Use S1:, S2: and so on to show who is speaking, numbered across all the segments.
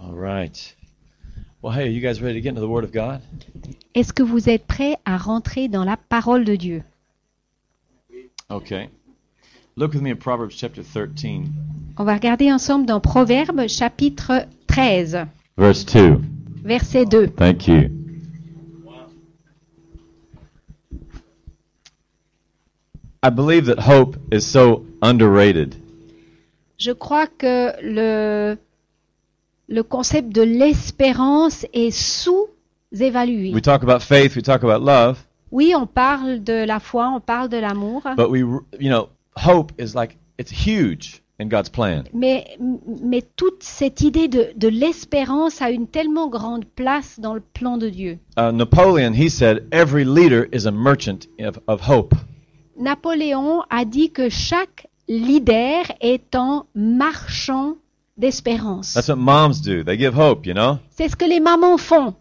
S1: All right. Well, hey, are you guys ready to get into the Word of God?
S2: Est-ce que vous êtes prêts à rentrer dans la parole de Dieu
S1: Okay. Look with me at Proverbs chapter 13,
S2: On va regarder ensemble dans Proverbes chapitre 13,
S1: verse 2.
S2: verset 2.
S1: Thank you. I believe that hope is so underrated.
S2: Je crois que le, le concept de l'espérance est sous-évalué.
S1: We talk about faith, we talk about love,
S2: Oui, on parle de la foi, on parle de l'amour,
S1: but we, you know, hope is like, it's huge in God's plan.
S2: mais, mais toute cette idée de, de l'espérance a une tellement grande place dans le plan de Dieu.
S1: Uh, Napoleon, he said, every leader is a merchant of, of hope.
S2: Napoléon a dit que chaque leader est un marchand d'espérance.
S1: That's what moms do. They give hope, you know?
S2: C'est ce que les mamans font.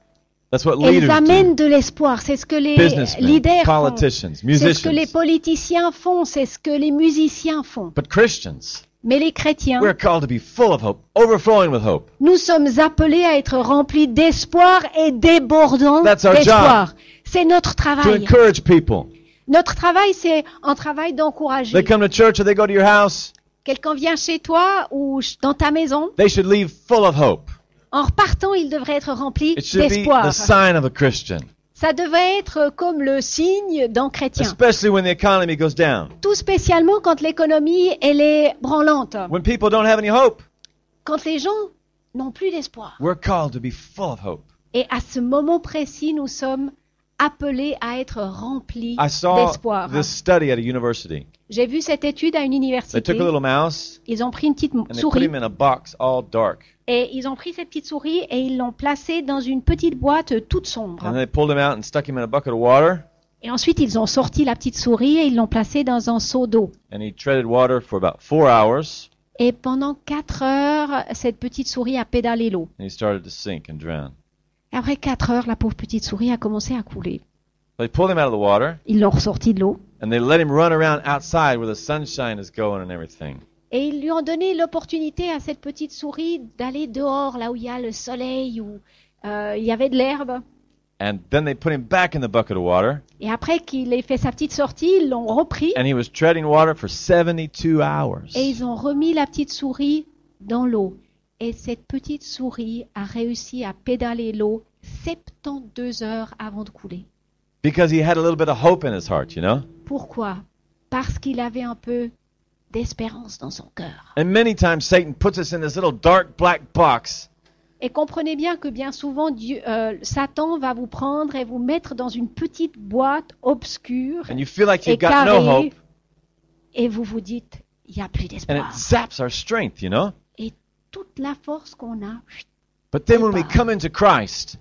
S1: That's what leaders
S2: Elles
S1: do.
S2: amènent de l'espoir. C'est ce que les
S1: Businessmen,
S2: leaders font.
S1: politicians,
S2: C'est ce que les
S1: musicians.
S2: politiciens font, c'est ce que les musiciens font.
S1: But Christians,
S2: Mais les chrétiens,
S1: we're called to be full of hope, overflowing with hope.
S2: nous sommes appelés à être remplis d'espoir et débordants
S1: That's our
S2: d'espoir. C'est notre
S1: To
S2: travail.
S1: encourage people.
S2: Notre travail, c'est un travail
S1: They
S2: d'encourager.
S1: come to church or they go to your house,
S2: Quelqu'un vient chez toi ou ch- dans ta maison,
S1: they should leave full of hope.
S2: en repartant, il devrait être rempli
S1: It should be
S2: d'espoir.
S1: the sign of a Christian,
S2: Ça devait être comme le signe d'un chrétien.
S1: especially when the economy goes down.
S2: Tout spécialement quand l'économie, elle est branlante.
S1: When people don't have any hope,
S2: Quand les gens n'ont plus d'espoir.
S1: we're called to be full of hope.
S2: Et à ce moment précis, nous sommes appelés à être remplis
S1: I saw
S2: d'espoir.
S1: this study at a university.
S2: J'ai vu cette étude à une
S1: They
S2: université.
S1: took a little mouse
S2: Ils ont pris une petite
S1: and they put
S2: souris
S1: him in a box all dark.
S2: et ils ont pris cette petite souris et ils l'ont placée dans une petite boîte toute
S1: And
S2: sombre.
S1: they pulled him out and stuck him in a bucket of water.
S2: Et ensuite, ils ont sorti la petite souris et ils l'ont placée dans un seau d'eau.
S1: And he treaded water for about four hours.
S2: Et pendant quatre heures, cette petite souris a pédalé l'eau.
S1: And he started to sink and drown.
S2: Et Après quatre heures, la pauvre petite souris a commencé à couler.
S1: They pulled him out of the water
S2: Ils l'ont ressorti de l'eau
S1: and they let him run around outside where the sunshine is going and everything.
S2: et ils lui ont donné l'opportunité à cette petite souris d'aller dehors, là où il y a le soleil, où euh, il y avait de l'herbe.
S1: And then they put him back in the bucket of water
S2: Et après qu'il ait fait sa petite sortie, ils l'ont repris
S1: and he was treading water for 72 hours.
S2: et ils ont remis la petite souris dans l'eau. Et cette petite souris a réussi à pédaler l'eau 72 heures avant de couler.
S1: Because he had a little bit of hope in his heart, you know?
S2: Pourquoi Parce qu'il avait un peu d'espérance dans son cœur.
S1: And many times Satan puts us in this little dark black box
S2: Et comprenez bien que bien souvent, Dieu, euh, Satan va vous prendre et vous mettre dans une petite boîte obscure
S1: and you feel like
S2: et
S1: you've got no
S2: carrée,
S1: hope
S2: et vous vous dites, il n'y a plus
S1: and it
S2: d'espoir.
S1: zaps our strength, you know?
S2: Et toute la force qu'on a. chut.
S1: But then when we come into Christ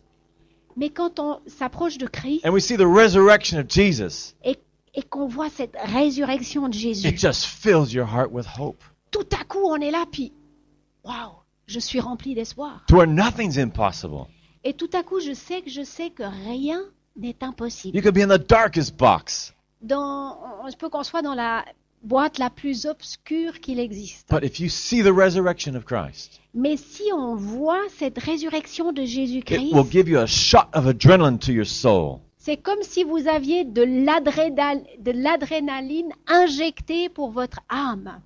S2: Mais quand on s'approche de Christ
S1: and we see the resurrection of Jesus,
S2: et, et qu'on voit cette résurrection de
S1: it
S2: Jésus,
S1: just fills your heart with hope
S2: tout à coup, on est là, puis, waouh, je suis rempli d'espoir.
S1: to where nothing's impossible.
S2: Et tout à coup, je sais que je sais que rien n'est impossible.
S1: You could be in the darkest box,
S2: Dans, on- je peux qu'on soit dans la boîte la plus obscure qu'il existe.
S1: but if you see the resurrection of Christ,
S2: Mais si on voit cette résurrection de
S1: it will
S2: Jésus-Christ,
S1: give you a shot of adrenaline to your soul.
S2: c'est comme si vous aviez de l'adrénal- de l'adrénaline injectée pour votre âme.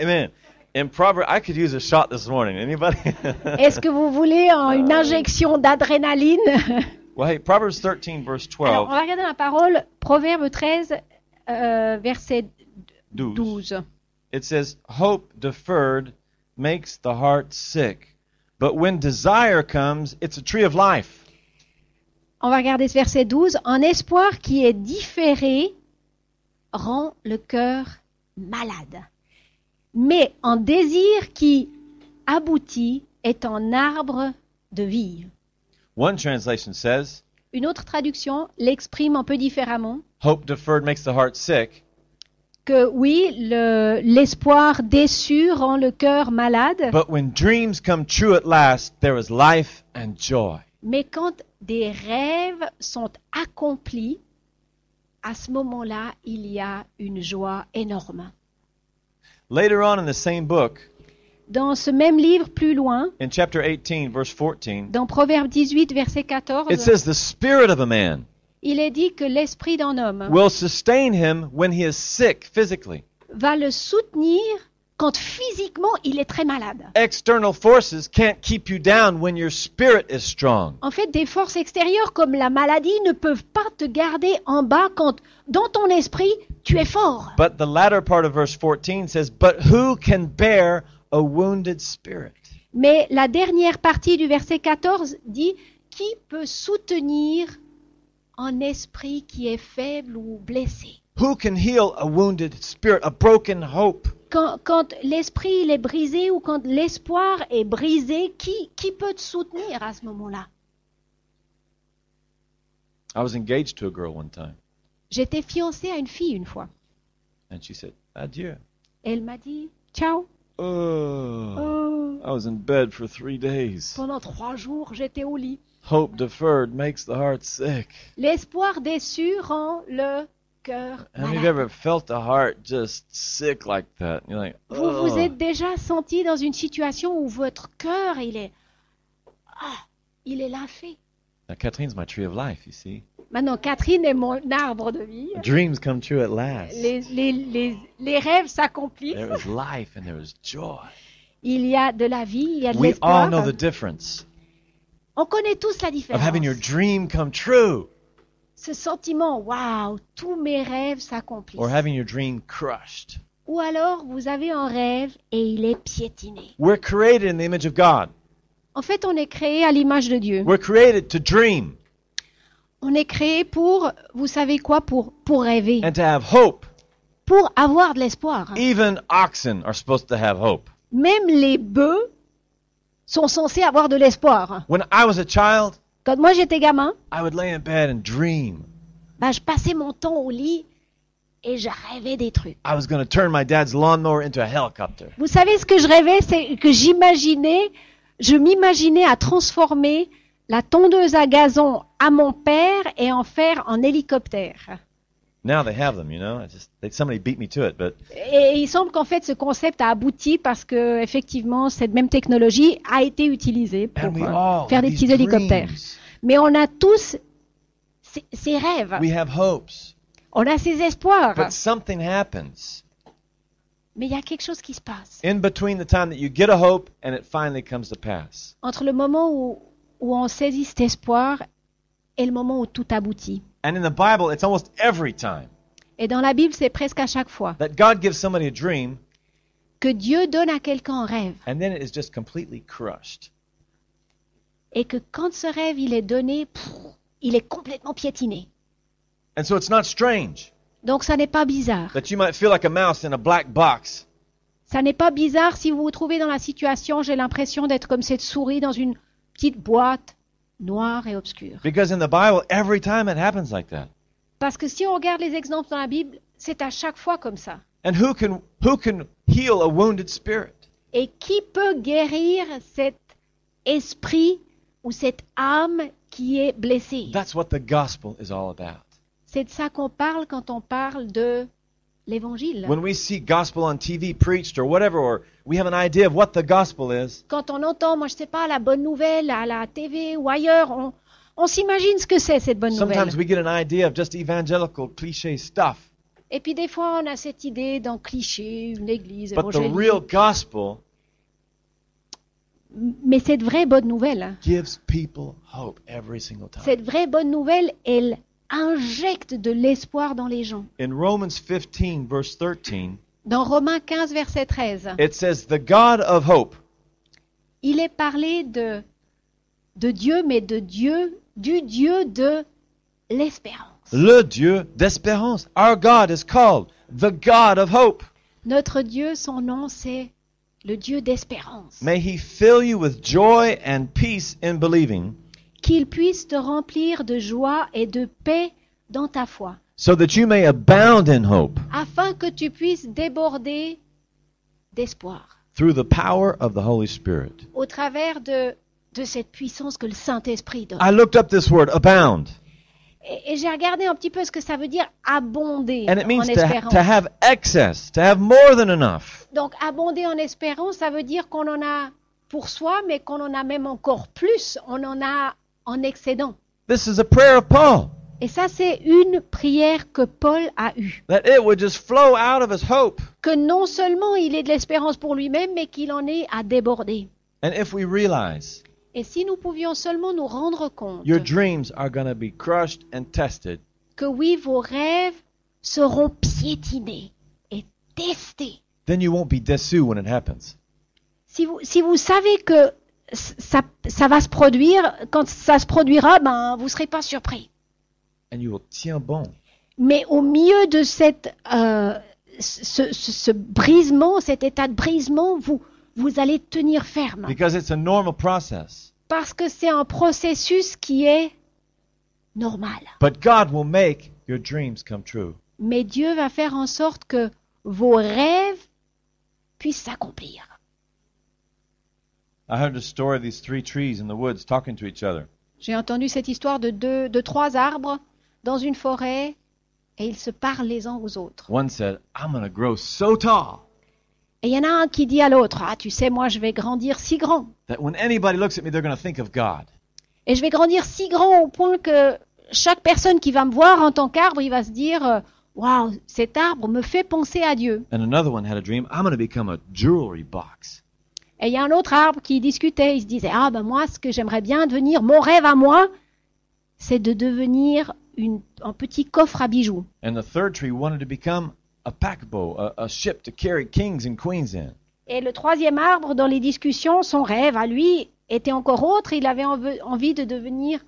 S1: Amen. In Proverbs, I could use a shot this morning. Anybody?
S2: Est-ce que vous voulez hein, une injection d'adrénaline
S1: well, hey, Proverbs 13, verse
S2: Alors, on
S1: 12.
S2: va regarder la parole, Proverbe 13, euh, verset 12.
S1: It says, Hope deferred makes the heart sick, but when desire comes, it's a tree of life.
S2: On va regarder ce verset 12. Un espoir qui est différé rend le cœur malade. Mais un désir qui aboutit est un arbre de vie.
S1: One translation says,
S2: Une autre traduction l'exprime un peu différemment
S1: Hope deferred makes the heart sick,
S2: que oui, le- l'espoir déçu rend le cœur malade,
S1: but when dreams come true at last, there is life and joy.
S2: mais quand des rêves sont accomplis, à ce moment-là, il y a une joie énorme.
S1: Later on in the same book,
S2: dans ce même livre plus loin,
S1: in chapter 18, verse 14,
S2: dans Proverbe 18, verset 14,
S1: it says, The spirit of a man
S2: il est dit que l'esprit d'un homme
S1: will sustain him when he is sick physically.
S2: va le soutenir quand physiquement il est très malade.
S1: External forces can't keep you down when your spirit is strong.
S2: En fait, des forces extérieures comme la maladie ne peuvent pas te garder en bas quand, dans ton esprit, tu es fort.
S1: But the latter part of verse 14 says, But who can bear a wounded spirit?
S2: Mais la dernière partie du verset 14 dit Qui peut soutenir un esprit qui est faible ou blessé
S1: Who can heal a wounded spirit, a broken hope?
S2: Quand, quand l'esprit il est brisé ou quand l'espoir est brisé, qui, qui peut te soutenir à ce moment-là
S1: I was engaged to a girl one time,
S2: J'étais fiancée à une fille une fois.
S1: and she said, Adieu.
S2: Elle m'a dit Ciao.
S1: Oh,
S2: Oh.
S1: I was in bed for three days.
S2: Pendant trois jours, j'étais au lit.
S1: Hope deferred makes the heart sick.
S2: L'espoir déçu rend le cœur
S1: Have you
S2: malade.
S1: ever felt a heart just sick like that? You're like, "Oh."
S2: Vous vous
S1: "Ugh."
S2: êtes déjà senti dans une situation où votre cœur, il est... Ah, il est lâché.
S1: Now, Catherine's my tree of life, you see.
S2: Maintenant, Catherine est mon arbre de vie.
S1: Dreams come true at last.
S2: Les, les, les, les rêves
S1: There
S2: s'accomplissent.
S1: was life and there was joy.
S2: Il y a de la vie, il y a de
S1: We all
S2: l'espoir.
S1: know the difference
S2: On connaît tous la
S1: of having your
S2: différence.
S1: dream come true
S2: Ce sentiment, waouh, tous mes rêves
S1: or
S2: s'accomplissent.
S1: having your dream crushed.
S2: Ou alors, vous avez un rêve et il est piétiné.
S1: We're created in the image of God.
S2: En fait, on est créé à l'image de Dieu.
S1: We're created to dream
S2: On est créé pour, vous savez quoi, pour, pour rêver,
S1: and to have hope.
S2: pour avoir de l'espoir.
S1: Even oxen are supposed to have hope.
S2: Même les bœufs sont censés avoir de l'espoir.
S1: When I was a child,
S2: Quand moi j'étais gamin,
S1: I would lay in bed and dream.
S2: bah, je passais mon temps au lit et je rêvais des trucs.
S1: I was going to turn my dad's lawnmower into a helicopter.
S2: Vous savez ce que je rêvais, c'est que j'imaginais, je m'imaginais à transformer la tondeuse à gazon à mon père et en faire en hélicoptère.
S1: Now they have them, you know. I just they, somebody beat me to it, but
S2: Et il semble qu'en fait ce concept a abouti parce que effectivement cette même technologie a été utilisée pour
S1: and we
S2: euh,
S1: all
S2: faire
S1: have
S2: des
S1: these
S2: petits hélicoptères.
S1: dreams.
S2: Mais on a tous ces, ces rêves,
S1: We have hopes,
S2: on a ces espoirs.
S1: but something happens
S2: Mais il y a quelque chose qui se passe
S1: in between the time that you get a hope and it finally comes to pass.
S2: entre le moment où, où on saisit cet espoir et le moment où tout aboutit.
S1: And in the Bible, it's almost every time
S2: Et dans la Bible, c'est presque à chaque fois
S1: that God gives somebody a dream
S2: que Dieu donne à quelqu'un un rêve
S1: and then it is just completely crushed.
S2: et que quand ce rêve il est donné, pff, il est complètement piétiné.
S1: And so it's not strange
S2: Donc ça n'est pas bizarre.
S1: that you might feel like a mouse in a black box
S2: Ça n'est pas bizarre si vous vous trouvez dans la situation, j'ai l'impression d'être comme cette souris dans une petite boîte noire et obscure.
S1: because in the Bible, every time it happens like that.
S2: Parce que si on regarde les exemples dans la Bible, c'est à chaque fois comme ça.
S1: And who can who can heal a wounded spirit?
S2: Et qui peut guérir cet esprit ou cette âme qui est blessée
S1: That's what the gospel is all about.
S2: C'est de ça qu'on parle quand on parle de l'évangile.
S1: When we see gospel on TV preached or whatever, or we have an idea of what the gospel is,
S2: Quand on entend, moi je sais pas, la bonne nouvelle à la TV ou ailleurs, on, on s'imagine ce que c'est cette bonne nouvelle.
S1: sometimes we get an idea of just evangelical cliche stuff.
S2: Et puis des fois on a cette idée d'un cliché, une église,
S1: But the
S2: évangélique.
S1: real gospel
S2: Mais cette vraie bonne nouvelle,
S1: gives people hope every single time.
S2: cette vraie bonne nouvelle, elle injecte de l'espoir dans les gens.
S1: In Romans 15, verse 13,
S2: Dans Romains 15, verset 13,
S1: it says, The God of hope.
S2: il est parlé de, de Dieu, mais de Dieu, du Dieu de l'espérance.
S1: Le Dieu d'espérance. Our God is called the God of hope.
S2: Notre Dieu, son nom, c'est le Dieu d'espérance.
S1: May He fill you with joy and peace in believing,
S2: Qu'il puisse te remplir de joie et de paix dans ta foi,
S1: so that you may abound in hope
S2: afin que tu puisses déborder d'espoir
S1: through the power of the Holy Spirit.
S2: au
S1: Ah.
S2: travers de, de cette puissance que le Saint-Esprit donne.
S1: I looked up this word, abound.
S2: Et, et j'ai regardé un petit peu ce que ça veut dire abonder
S1: And it
S2: en
S1: means to,
S2: espérance.
S1: to have excess, to have more than enough.
S2: Donc abonder en espérance, ça veut dire qu'on en a pour soi, mais qu'on en a même encore plus. On en a en excédent.
S1: This is a prayer of Paul
S2: Et ça, c'est une prière que Paul a eue.
S1: that it would just flow out of us hope.
S2: Que non seulement il ait de l'espérance pour lui-même, mais qu'il en ait à déborder.
S1: And if we realize
S2: Et si nous pouvions seulement nous rendre compte
S1: your dreams are going to be crushed and tested,
S2: que oui, vos rêves seront piétinés et testés.
S1: then you won't be déçu when it happens.
S2: Si vous, si vous savez que c- ça, ça va se produire, quand ça se produira, ben, vous ne serez pas surpris.
S1: And you will tiens bon.
S2: Mais au milieu de cette, euh, ce, ce- ce brisement, cet état de brisement, vous, vous allez tenir ferme.
S1: Because it's a normal process.
S2: Parce que c'est un processus qui est normal.
S1: But God will make your dreams come true.
S2: Mais Dieu va faire en sorte que vos rêves puissent s'accomplir.
S1: I heard the story of these three trees in the woods talking to each other.
S2: J'ai entendu cette histoire de, deux, de trois arbres dans une forêt et ils se parlent les uns aux autres.
S1: One said, I'm going to grow so tall
S2: Et il y en a un qui dit à l'autre, ah tu sais, moi je vais grandir si grand.
S1: that when anybody looks at me, they're going to think of God.
S2: Et je vais grandir si grand au point que chaque personne qui va me voir en tant qu'arbre, il va se dire, euh, waouh, cet arbre me fait penser à Dieu.
S1: And another one had a dream, I'm going to become a jewelry box.
S2: Et il y a un autre arbre qui discutait, il se disait, ah ben moi ce que j'aimerais bien devenir, mon rêve à moi, c'est de devenir une- un petit coffre à bijoux.
S1: And the third tree wanted to become a packboat, a, a ship to carry kings and queens in.
S2: Et le troisième arbre, dans les discussions, son rêve à lui était encore autre. Il avait enve- envie de devenir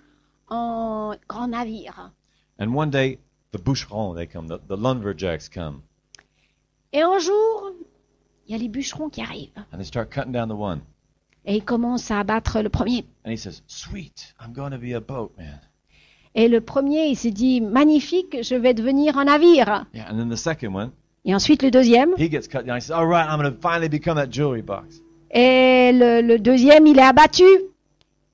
S2: un grand navire.
S1: And one day, the boucherons, they come, the, the lumberjacks come,
S2: Et un jour, il y a les bûcherons qui arrivent.
S1: and they start cutting down the one.
S2: Et ils commencent à abattre le premier.
S1: And he says, Sweet, I'm going to be a boatman.
S2: Et le premier, il s'est dit, magnifique, je vais devenir un navire.
S1: Yeah, and then the second one,
S2: Et ensuite le deuxième.
S1: he gets cut down. He says, All right, I'm going to finally become that jewelry box.
S2: Et le, le deuxième, il est abattu.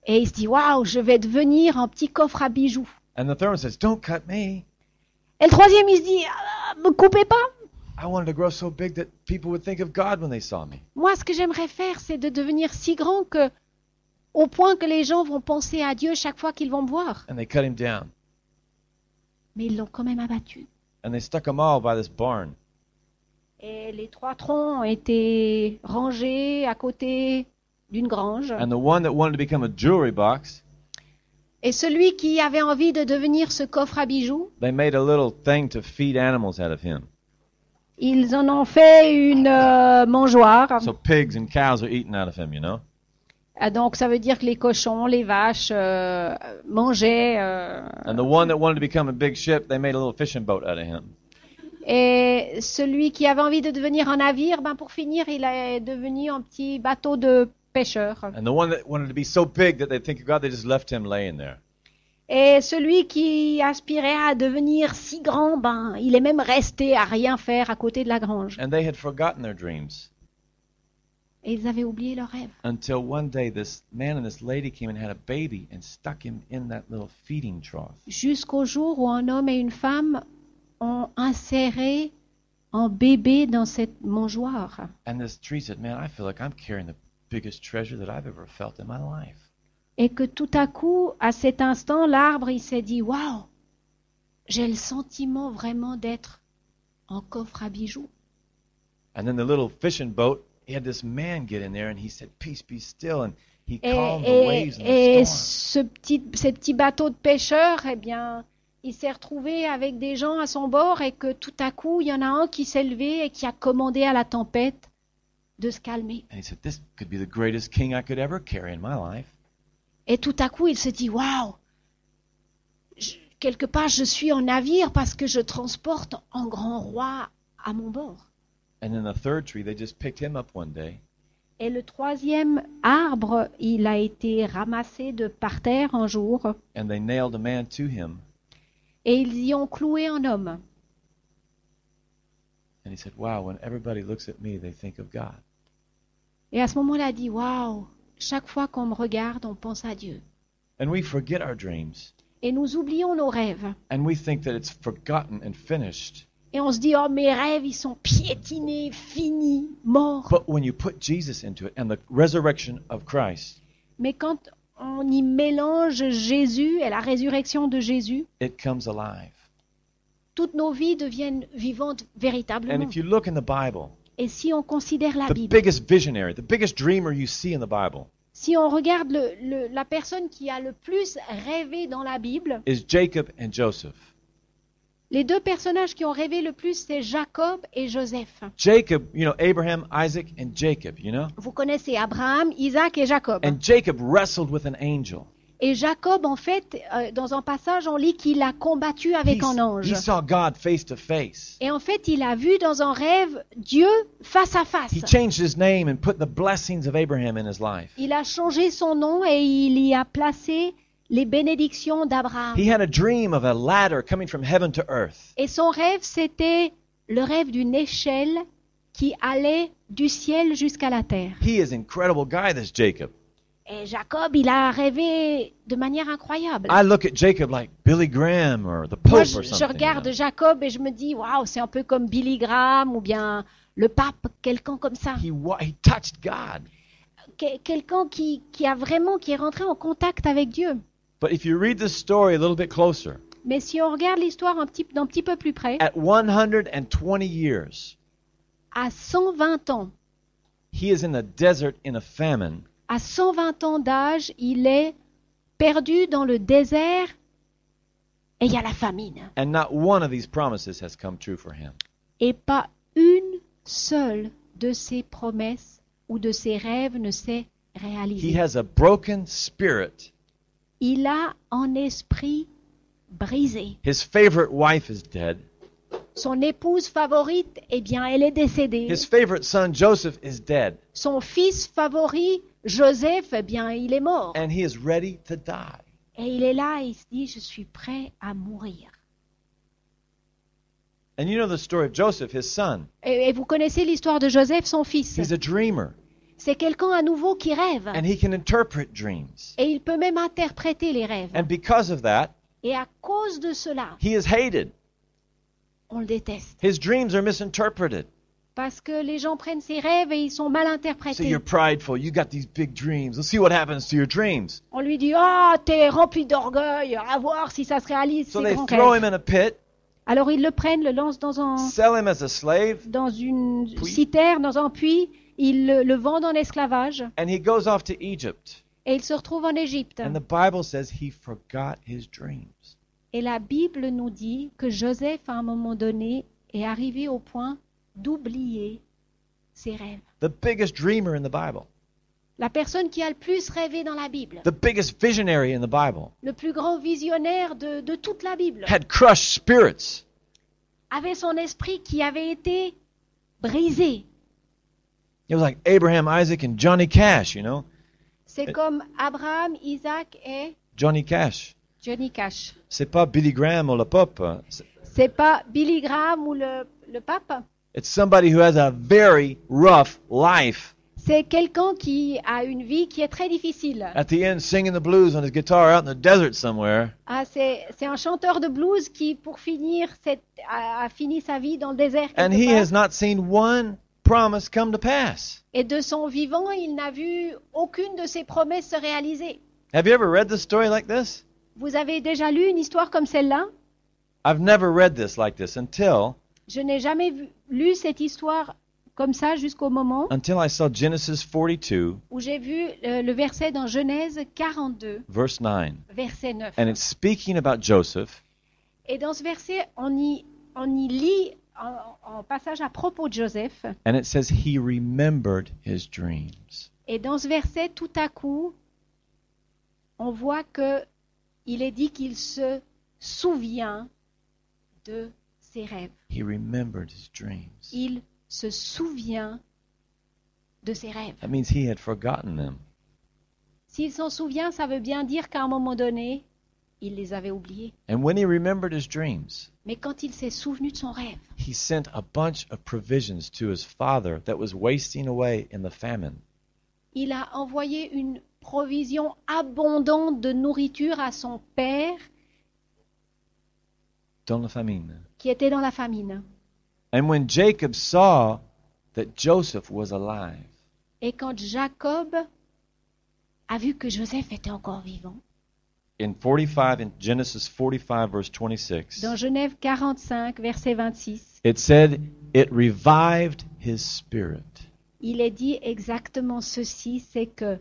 S2: Et il se dit, waouh, je vais devenir un petit coffre à bijoux.
S1: And the third one says, Don't cut me.
S2: Et le troisième, il se dit, Ah, me coupez pas.
S1: I wanted to grow so big that people would think of God when they saw me.
S2: Moi, ce que j'aimerais faire, c'est de devenir si grand que, au point que les gens vont penser à Dieu chaque fois qu'ils vont me voir.
S1: And they cut him down.
S2: Mais ils l'ont quand même abattu.
S1: And they stuck them all by this barn.
S2: Et les trois troncs ont été rangés à côté d'une grange.
S1: And the one that wanted to become a jewelry box,
S2: Et celui qui avait envie de devenir ce coffre à bijoux,
S1: they made a little thing to feed animals out of him.
S2: ils en ont fait une euh, mangeoire.
S1: So pigs and cows are eaten out of him, you know?
S2: Ah, Donc ça veut dire que les cochons, les vaches euh, mangeaient. euh,
S1: And the one that wanted to become a big ship, they made a little fishing boat out of him.
S2: Et celui qui avait envie de devenir un navire, ben pour finir, il est devenu un petit bateau de pêcheur.
S1: And the one that wanted to be so big that they'd think of God, they just left him laying there.
S2: Et celui qui aspirait à devenir si grand, ben il est même resté à rien faire à côté de la grange.
S1: And they had forgotten their dreams
S2: Et ils avaient oublié leur rêve.
S1: until one day this man and this lady came and had a baby and stuck him in that little feeding trough.
S2: Jusqu'au jour où un homme et une femme ont inséré un bébé dans cette mangeoire.
S1: And this tree said, Man, I feel like I'm carrying the biggest treasure that I've ever felt in my life.
S2: et que tout à coup, à cet instant, l'arbre, il s'est dit, waouh, j'ai le sentiment vraiment d'être en coffre à bijoux.
S1: And then the little fishing boat, he had this man get in there and he said, Peace be still. And he
S2: Et,
S1: calmed the
S2: et-
S1: waves and
S2: et
S1: the storm.
S2: ce petit, ces petits bateaux de pêcheurs, eh bien, il s'est retrouvé avec des gens à son bord et que tout à coup, il y en a un qui s'est levé et qui a commandé à la tempête de se calmer.
S1: And he said, This could be the greatest king I could ever carry in my life.
S2: Et tout à coup, il se dit, waouh, je- quelque part, je suis en navire parce que je transporte un grand roi à mon bord.
S1: And then the third tree, they just picked him up one day.
S2: Et le troisième arbre, il a été ramassé de par terre un jour,
S1: and they nailed a man to him.
S2: et ils y ont cloué un homme.
S1: And he said, Wow, when everybody looks at me, they think of God.
S2: Et à ce moment-là, il dit Waouh, chaque fois qu'on me regarde, on pense à Dieu.
S1: And we forget our dreams.
S2: et nous oublions nos rêves.
S1: and we think that it's forgotten and finished.
S2: Et on se dit, oh, mes rêves, ils sont piétinés, finis, morts.
S1: But when you put Jesus into it and the resurrection of Christ,
S2: Mais quand on y mélange Jésus et la résurrection de Jésus,
S1: it comes alive.
S2: toutes nos vies deviennent vivantes
S1: And
S2: véritablement.
S1: if you look in the Bible,
S2: Et si on considère la
S1: the
S2: Bible,
S1: biggest visionary, the biggest dreamer you see in the Bible
S2: si on regarde le- le- la personne qui a le plus rêvé dans la Bible,
S1: is Jacob and Joseph.
S2: les deux personnages qui ont rêvé le plus, c'est Jacob et Joseph.
S1: Jacob, you know, Abraham, Isaac, and Jacob, you know?
S2: Vous connaissez Abraham, Isaac et Jacob.
S1: And Jacob wrestled with an angel.
S2: Et Jacob, en fait, euh, dans un passage, on lit qu'il a combattu
S1: He,
S2: avec un ange.
S1: he saw God face to face.
S2: Et en fait, il a vu dans un rêve Dieu face à face.
S1: He changed his name and put the blessings of Abraham in his life.
S2: Il a changé son nom et il y a placé les bénédictions d'Abraham.
S1: He had a dream of a ladder coming from heaven to earth.
S2: Et son rêve, c'était le rêve d'une échelle qui allait du ciel jusqu'à la terre.
S1: He is an incredible guy, this Jacob.
S2: Et Jacob, il a rêvé de manière incroyable.
S1: I look at Jacob like Billy Graham or the
S2: Moi,
S1: Pope
S2: je,
S1: Ah, or
S2: je
S1: something. you
S2: regarde
S1: know.
S2: Jacob et je me dis, waouh, c'est un peu comme Billy Graham ou bien le pape, quelqu'un comme ça.
S1: He, wa- he touched God.
S2: Que- quelqu'un qui, qui a vraiment, qui est rentré en contact avec Dieu.
S1: But if you read this story a little bit closer,
S2: Mais si on regarde l'histoire un petit, d'un petit peu plus près,
S1: at 120 years, Ah.
S2: à 120 ans,
S1: he is in the desert in a famine.
S2: à 120 ans d'âge, il est perdu dans le désert et il y a la famine.
S1: And not one of these promises has come true for him.
S2: Et pas une seule de ses promesses ou de ses rêves ne s'est
S1: He
S2: réalisée.
S1: has a broken spirit.
S2: Il a un esprit brisé.
S1: His favorite wife is dead.
S2: Son épouse favorite, eh bien, elle est décédée.
S1: His favorite son, Joseph, is dead.
S2: Son fils favori, Joseph, eh bien, il est mort.
S1: And he is ready to die.
S2: Et il est là et il se dit, je suis prêt à mourir.
S1: And you know the story of Joseph, his son.
S2: Et, et vous connaissez l'histoire de Joseph, son fils.
S1: He's a dreamer,
S2: C'est quelqu'un à nouveau qui rêve.
S1: and he can interpret dreams.
S2: Et il peut même interpréter les rêves.
S1: And because of that,
S2: Et à cause de cela,
S1: he is hated.
S2: on le déteste.
S1: His dreams are misinterpreted.
S2: Parce que les gens prennent ses rêves et ils sont mal
S1: So
S2: interprétés.
S1: you're prideful. You got these big dreams. Let's see what happens to your dreams.
S2: On lui dit, ah, t'es rempli d'orgueil, à voir si ça se réalise,
S1: So
S2: ces
S1: they
S2: grands
S1: throw
S2: rêves.
S1: him in a pit,
S2: Alors ils le prennent, le lancent dans, un,
S1: sell him as a slave,
S2: dans une
S1: Puits.
S2: citerne, dans un puits. Ils le, le vendent en esclavage
S1: and he goes off to Egypt.
S2: et il se retrouve en Égypte.
S1: And the Bible says he forgot his dreams.
S2: Et la Bible nous dit que Joseph, à un moment donné, est arrivé au point d'oublier ses rêves.
S1: The biggest dreamer in the Bible,
S2: La personne qui a le plus rêvé dans la Bible,
S1: the biggest visionary in the Bible,
S2: le plus grand visionnaire de, de toute la Bible,
S1: had crushed spirits.
S2: avait son esprit qui avait été brisé.
S1: It was like Abraham, Isaac, and Johnny Cash, you know?
S2: C'est comme Abraham, Isaac et
S1: Johnny Cash.
S2: Johnny Cash.
S1: C'est pas Billy Graham or the Pope. uh, it's-
S2: C'est pas Billy Graham ou le, le pape.
S1: It's somebody who has a very rough life.
S2: C'est quelqu'un qui a une vie qui est très difficile.
S1: At the end, singing the blues on his guitar out in the desert somewhere.
S2: Ah, c'est c'est un chanteur de blues qui, pour finir, cette- a, a fini sa vie dans le désert. quelque
S1: And he
S2: part.
S1: has not seen one promise come to pass.
S2: Et de son vivant, il n'a vu aucune de ses promesses se réaliser.
S1: Have you ever read this story like this?
S2: Vous avez déjà lu une histoire comme celle-là
S1: I've never read this like this until
S2: Je n'ai jamais vu- lu cette histoire comme ça jusqu'au moment
S1: until I saw Genesis 42
S2: où j'ai vu euh, le verset dans Genèse 42,
S1: verse 9.
S2: verset 9.
S1: And it's speaking about Joseph
S2: Et dans ce verset, on y, on y lit en, en passage à propos de Joseph.
S1: and it says he remembered his dreams.
S2: Et dans ce verset, tout à coup, on voit que il est dit qu'il se souvient de ses rêves.
S1: He remembered his dreams.
S2: Il se souvient de ses rêves.
S1: That means he had forgotten them.
S2: S'il s'en souvient, ça veut bien dire qu'à un moment donné, il les avait oubliés.
S1: And when he remembered his dreams,
S2: Mais quand il s'est souvenu de son rêve,
S1: he sent a bunch of provisions to his father that was wasting away in the famine.
S2: il a envoyé une provision abondante de nourriture à son père
S1: dans la famine.
S2: qui étaient dans la famine.
S1: And when Jacob saw that Joseph was alive,
S2: Et quand Jacob a vu que Joseph était encore vivant,
S1: in 45, in Genesis 45, verse 26,
S2: dans Genève 45, verset 26,
S1: it said, It revived his spirit.
S2: il est dit exactement ceci, c'est que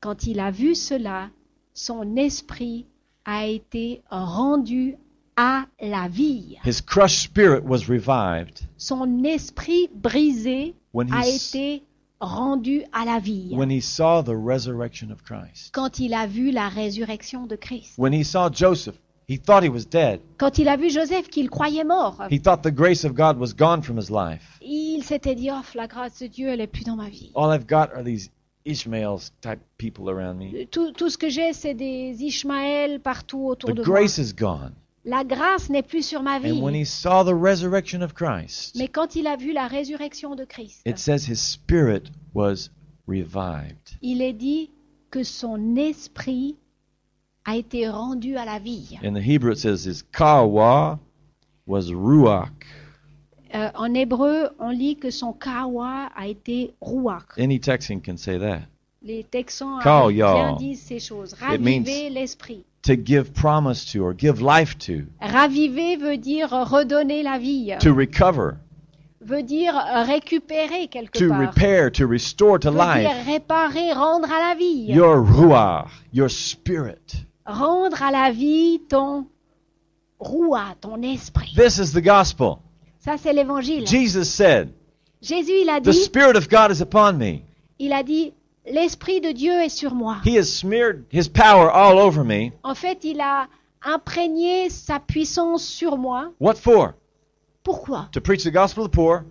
S2: quand il a vu cela, son esprit a été rendu à la vie.
S1: His crushed spirit was revived
S2: Son esprit brisé
S1: when
S2: a
S1: he, s-
S2: été rendu à la vie
S1: when he saw the resurrection of Christ.
S2: quand il a vu la résurrection de Christ.
S1: When he saw Joseph, he thought he was dead.
S2: Quand il a vu Joseph qu'il croyait mort,
S1: He thought the grace of God was gone from his life.
S2: il s'était dit, oh, la grâce de Dieu, elle est plus dans ma vie.
S1: All I've got are these Ishmaels type people around me.
S2: Tout, tout ce que j'ai, c'est des Ishmaël partout autour
S1: The
S2: de moi.
S1: grace is gone.
S2: La grâce n'est plus sur ma
S1: And when
S2: vie.
S1: he saw the resurrection of Christ,
S2: Mais quand il a vu la résurrection de Christ,
S1: it says his spirit was revived.
S2: il est dit que son esprit a été rendu à la vie.
S1: In the Hebrew, it says his kawa was ruach.
S2: Euh, en hébreu, on lit que son kawa a été rouach.
S1: Any Texan can say that.
S2: Les Texans
S1: Kawa.
S2: bien disent ces choses.
S1: means-
S2: Raviver l'esprit.
S1: To give promise to or give life to,
S2: Raviver veut dire redonner la vie,
S1: to recover,
S2: veut dire récupérer quelque
S1: to
S2: part,
S1: repair, to restore to
S2: veut dire
S1: life.
S2: réparer, rendre à la vie,
S1: Your ruach, your spirit.
S2: rendre à la vie ton roua, ton esprit.
S1: This is the gospel.
S2: Ça c'est l'évangile.
S1: Jesus said,
S2: Jésus il a
S1: The
S2: dit,
S1: Spirit of God is upon me.
S2: il a dit, l'esprit de Dieu est sur moi.
S1: He has smeared His power all over me.
S2: En fait, il a imprégné sa puissance sur moi.
S1: What for?
S2: Pourquoi
S1: To preach the gospel to the poor,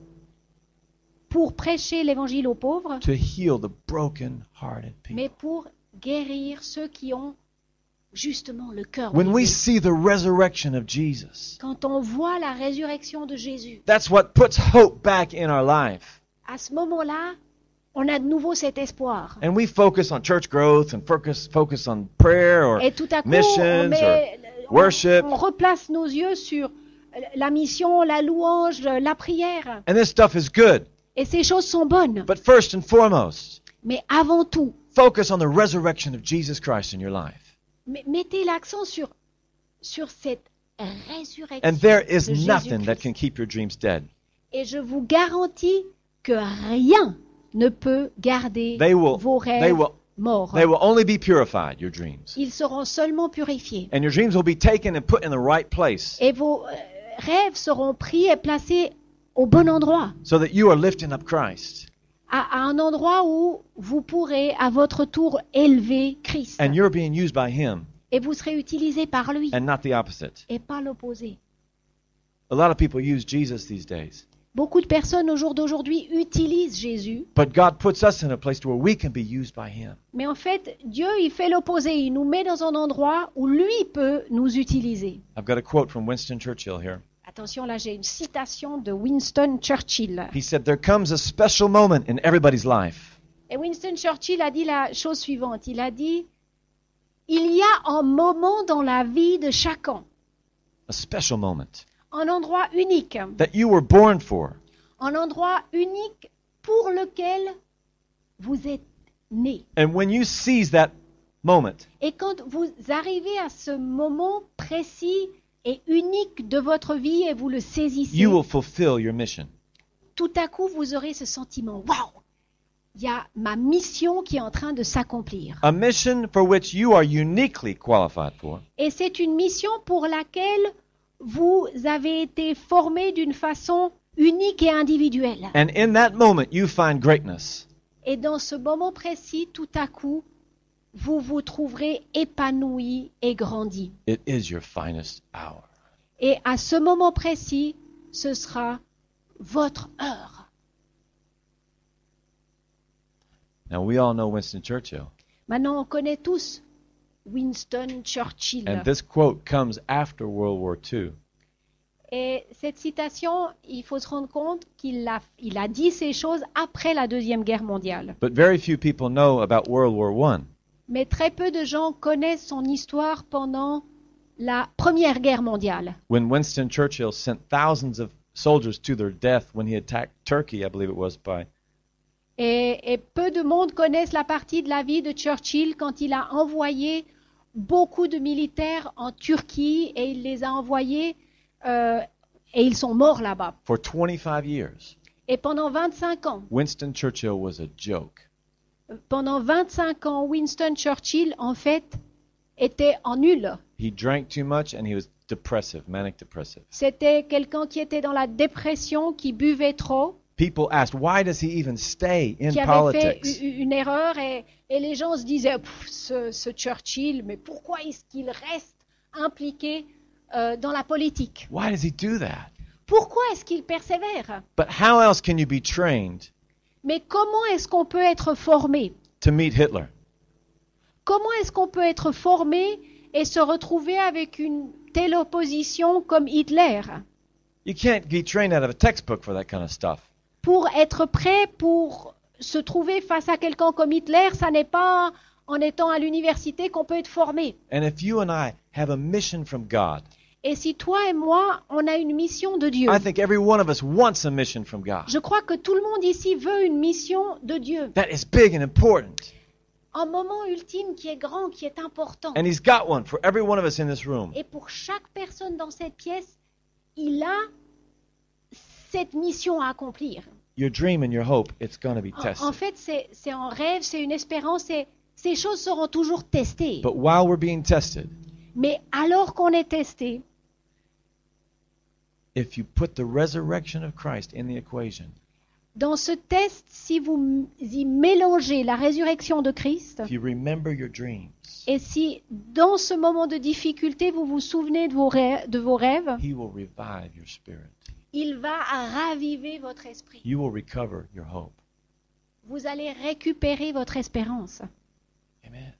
S2: Pour prêcher l'évangile aux pauvres,
S1: to heal the broken-hearted people.
S2: mais pour guérir ceux qui ont justement le cœur.
S1: When we
S2: brisé.
S1: see the resurrection of Jesus,
S2: Quand on voit la résurrection de Jésus,
S1: that's what puts hope back in our life.
S2: à ce moment-là, on a de nouveau cet espoir.
S1: And we focus on church growth and focus focus on prayer or
S2: Et tout à coup, on,
S1: missions or
S2: met- on-
S1: worship.
S2: on replace nos yeux sur la mission, la louange, la prière.
S1: and this stuff is good.
S2: Et ces choses sont bonnes.
S1: But first and foremost,
S2: Mais avant tout,
S1: focus on the resurrection of Jesus Christ in your life.
S2: m- mettez l'accent sur, sur cette résurrection.
S1: And there is
S2: de
S1: nothing that
S2: Jésus-Christ.
S1: can keep your dreams dead.
S2: Et je vous garantis que rien ne peut garder
S1: They will
S2: vos
S1: they
S2: rêves
S1: will
S2: morts.
S1: They will only be purified, your dreams.
S2: Ils seront seulement purifiés.
S1: And your dreams will be taken and put in the right place
S2: et vos euh, rêves seront pris et placés au bon endroit,
S1: so that you are lifting up Christ
S2: à, à un endroit où vous pourrez à votre tour élever Christ
S1: and you're being used by Him
S2: et vous serez utilisé par lui
S1: and not the opposite.
S2: et pas l'opposé.
S1: A lot of people use Jesus these days,
S2: Beaucoup de personnes au jour d'aujourd'hui utilisent Jésus,
S1: but God puts us in a place to where we can be used by Him.
S2: mais en fait, Dieu, il fait l'opposé, il nous met dans un endroit où lui peut nous utiliser.
S1: I've got a quote from Winston Churchill here.
S2: Attention, là j'ai une citation de Winston Churchill.
S1: He said, There comes a special moment in everybody's life
S2: Et Winston Churchill a dit la chose suivante. Il a dit, il y a un moment dans la vie de chacun,
S1: a special moment
S2: un endroit unique,
S1: that you were born for,
S2: un endroit unique pour lequel vous êtes né.
S1: and when you seize that moment,
S2: Et quand vous arrivez à ce moment précis et unique de votre vie et vous le saisissez,
S1: you will fulfill your mission.
S2: tout à coup vous aurez ce sentiment, waouh, il y a ma mission qui est en train de s'accomplir.
S1: A mission for which you are uniquely qualified for.
S2: Et c'est une mission pour laquelle vous avez été formé d'une façon unique et individuelle.
S1: And in that moment, you find greatness.
S2: Et dans ce moment précis, tout à coup, vous vous trouverez épanoui et grandi.
S1: It is your finest hour.
S2: Et à ce moment précis, ce sera votre heure.
S1: Now, we all know Winston Churchill,
S2: Maintenant, on connaît tous Winston Churchill.
S1: and this quote comes after World War II.
S2: Et cette citation, il faut se rendre compte qu'il a, il a dit ces choses après la Deuxième Guerre mondiale.
S1: But very few people know about World War I.
S2: Mais très peu de gens connaissent son histoire pendant la Première Guerre mondiale.
S1: when Winston Churchill sent thousands of soldiers to their death when he attacked Turkey, I believe it was by
S2: Et, et peu de monde connaissent la partie de la vie de Churchill quand il a envoyé beaucoup de militaires en Turquie et il les a envoyés euh, et ils sont morts là-bas.
S1: for 25 years.
S2: Et pendant 25 ans,
S1: Winston Churchill was a joke.
S2: pendant 25 ans, Winston Churchill, en fait, était en nul.
S1: He drank too much and he was depressive, manic depressive.
S2: C'était quelqu'un qui était dans la dépression, qui buvait trop,
S1: People asked, why does he even stay in
S2: qui avait fait
S1: politics?
S2: u- u- une erreur et, et les gens se disaient Pff, ce, ce Churchill, mais pourquoi est-ce qu'il reste impliqué euh, dans la politique
S1: Why does he do that?
S2: Pourquoi est-ce qu'il persévère
S1: But how else can you be trained
S2: Mais comment est-ce qu'on peut être formé
S1: to meet Hitler?
S2: Comment est-ce qu'on peut être formé et se retrouver avec une telle opposition comme Hitler
S1: You can't be trained out of a textbook for that kind of stuff.
S2: Pour être prêt pour se trouver face à quelqu'un comme Hitler, ça n'est pas en étant à l'université qu'on peut être formé.
S1: And if you and I have a mission from God,
S2: Et si toi et moi, on a une mission de Dieu,
S1: I think every one of us wants a mission from God.
S2: je crois que tout le monde ici veut une mission de Dieu,
S1: That is big and important.
S2: un moment ultime qui est grand, qui est important.
S1: And He's got one for every one of us in this room.
S2: Et pour chaque personne dans cette pièce, il a cette mission à accomplir.
S1: Your dream and your hope, it's going to be
S2: En, en
S1: tested.
S2: fait, c'est c'est un rêve, c'est une espérance, et ces choses seront toujours testées.
S1: But while we're being tested,
S2: Mais alors qu'on est testé,
S1: if you put the resurrection of Christ in the equation,
S2: dans ce test, si vous m- y mélangez la résurrection de Christ,
S1: if you remember your dreams,
S2: Et si, dans ce moment de difficulté, vous vous souvenez de vos, rê- de vos rêves,
S1: He will revive your spirit.
S2: il va raviver votre esprit.
S1: You will recover your hope.
S2: Vous allez récupérer votre espérance.
S1: Amen.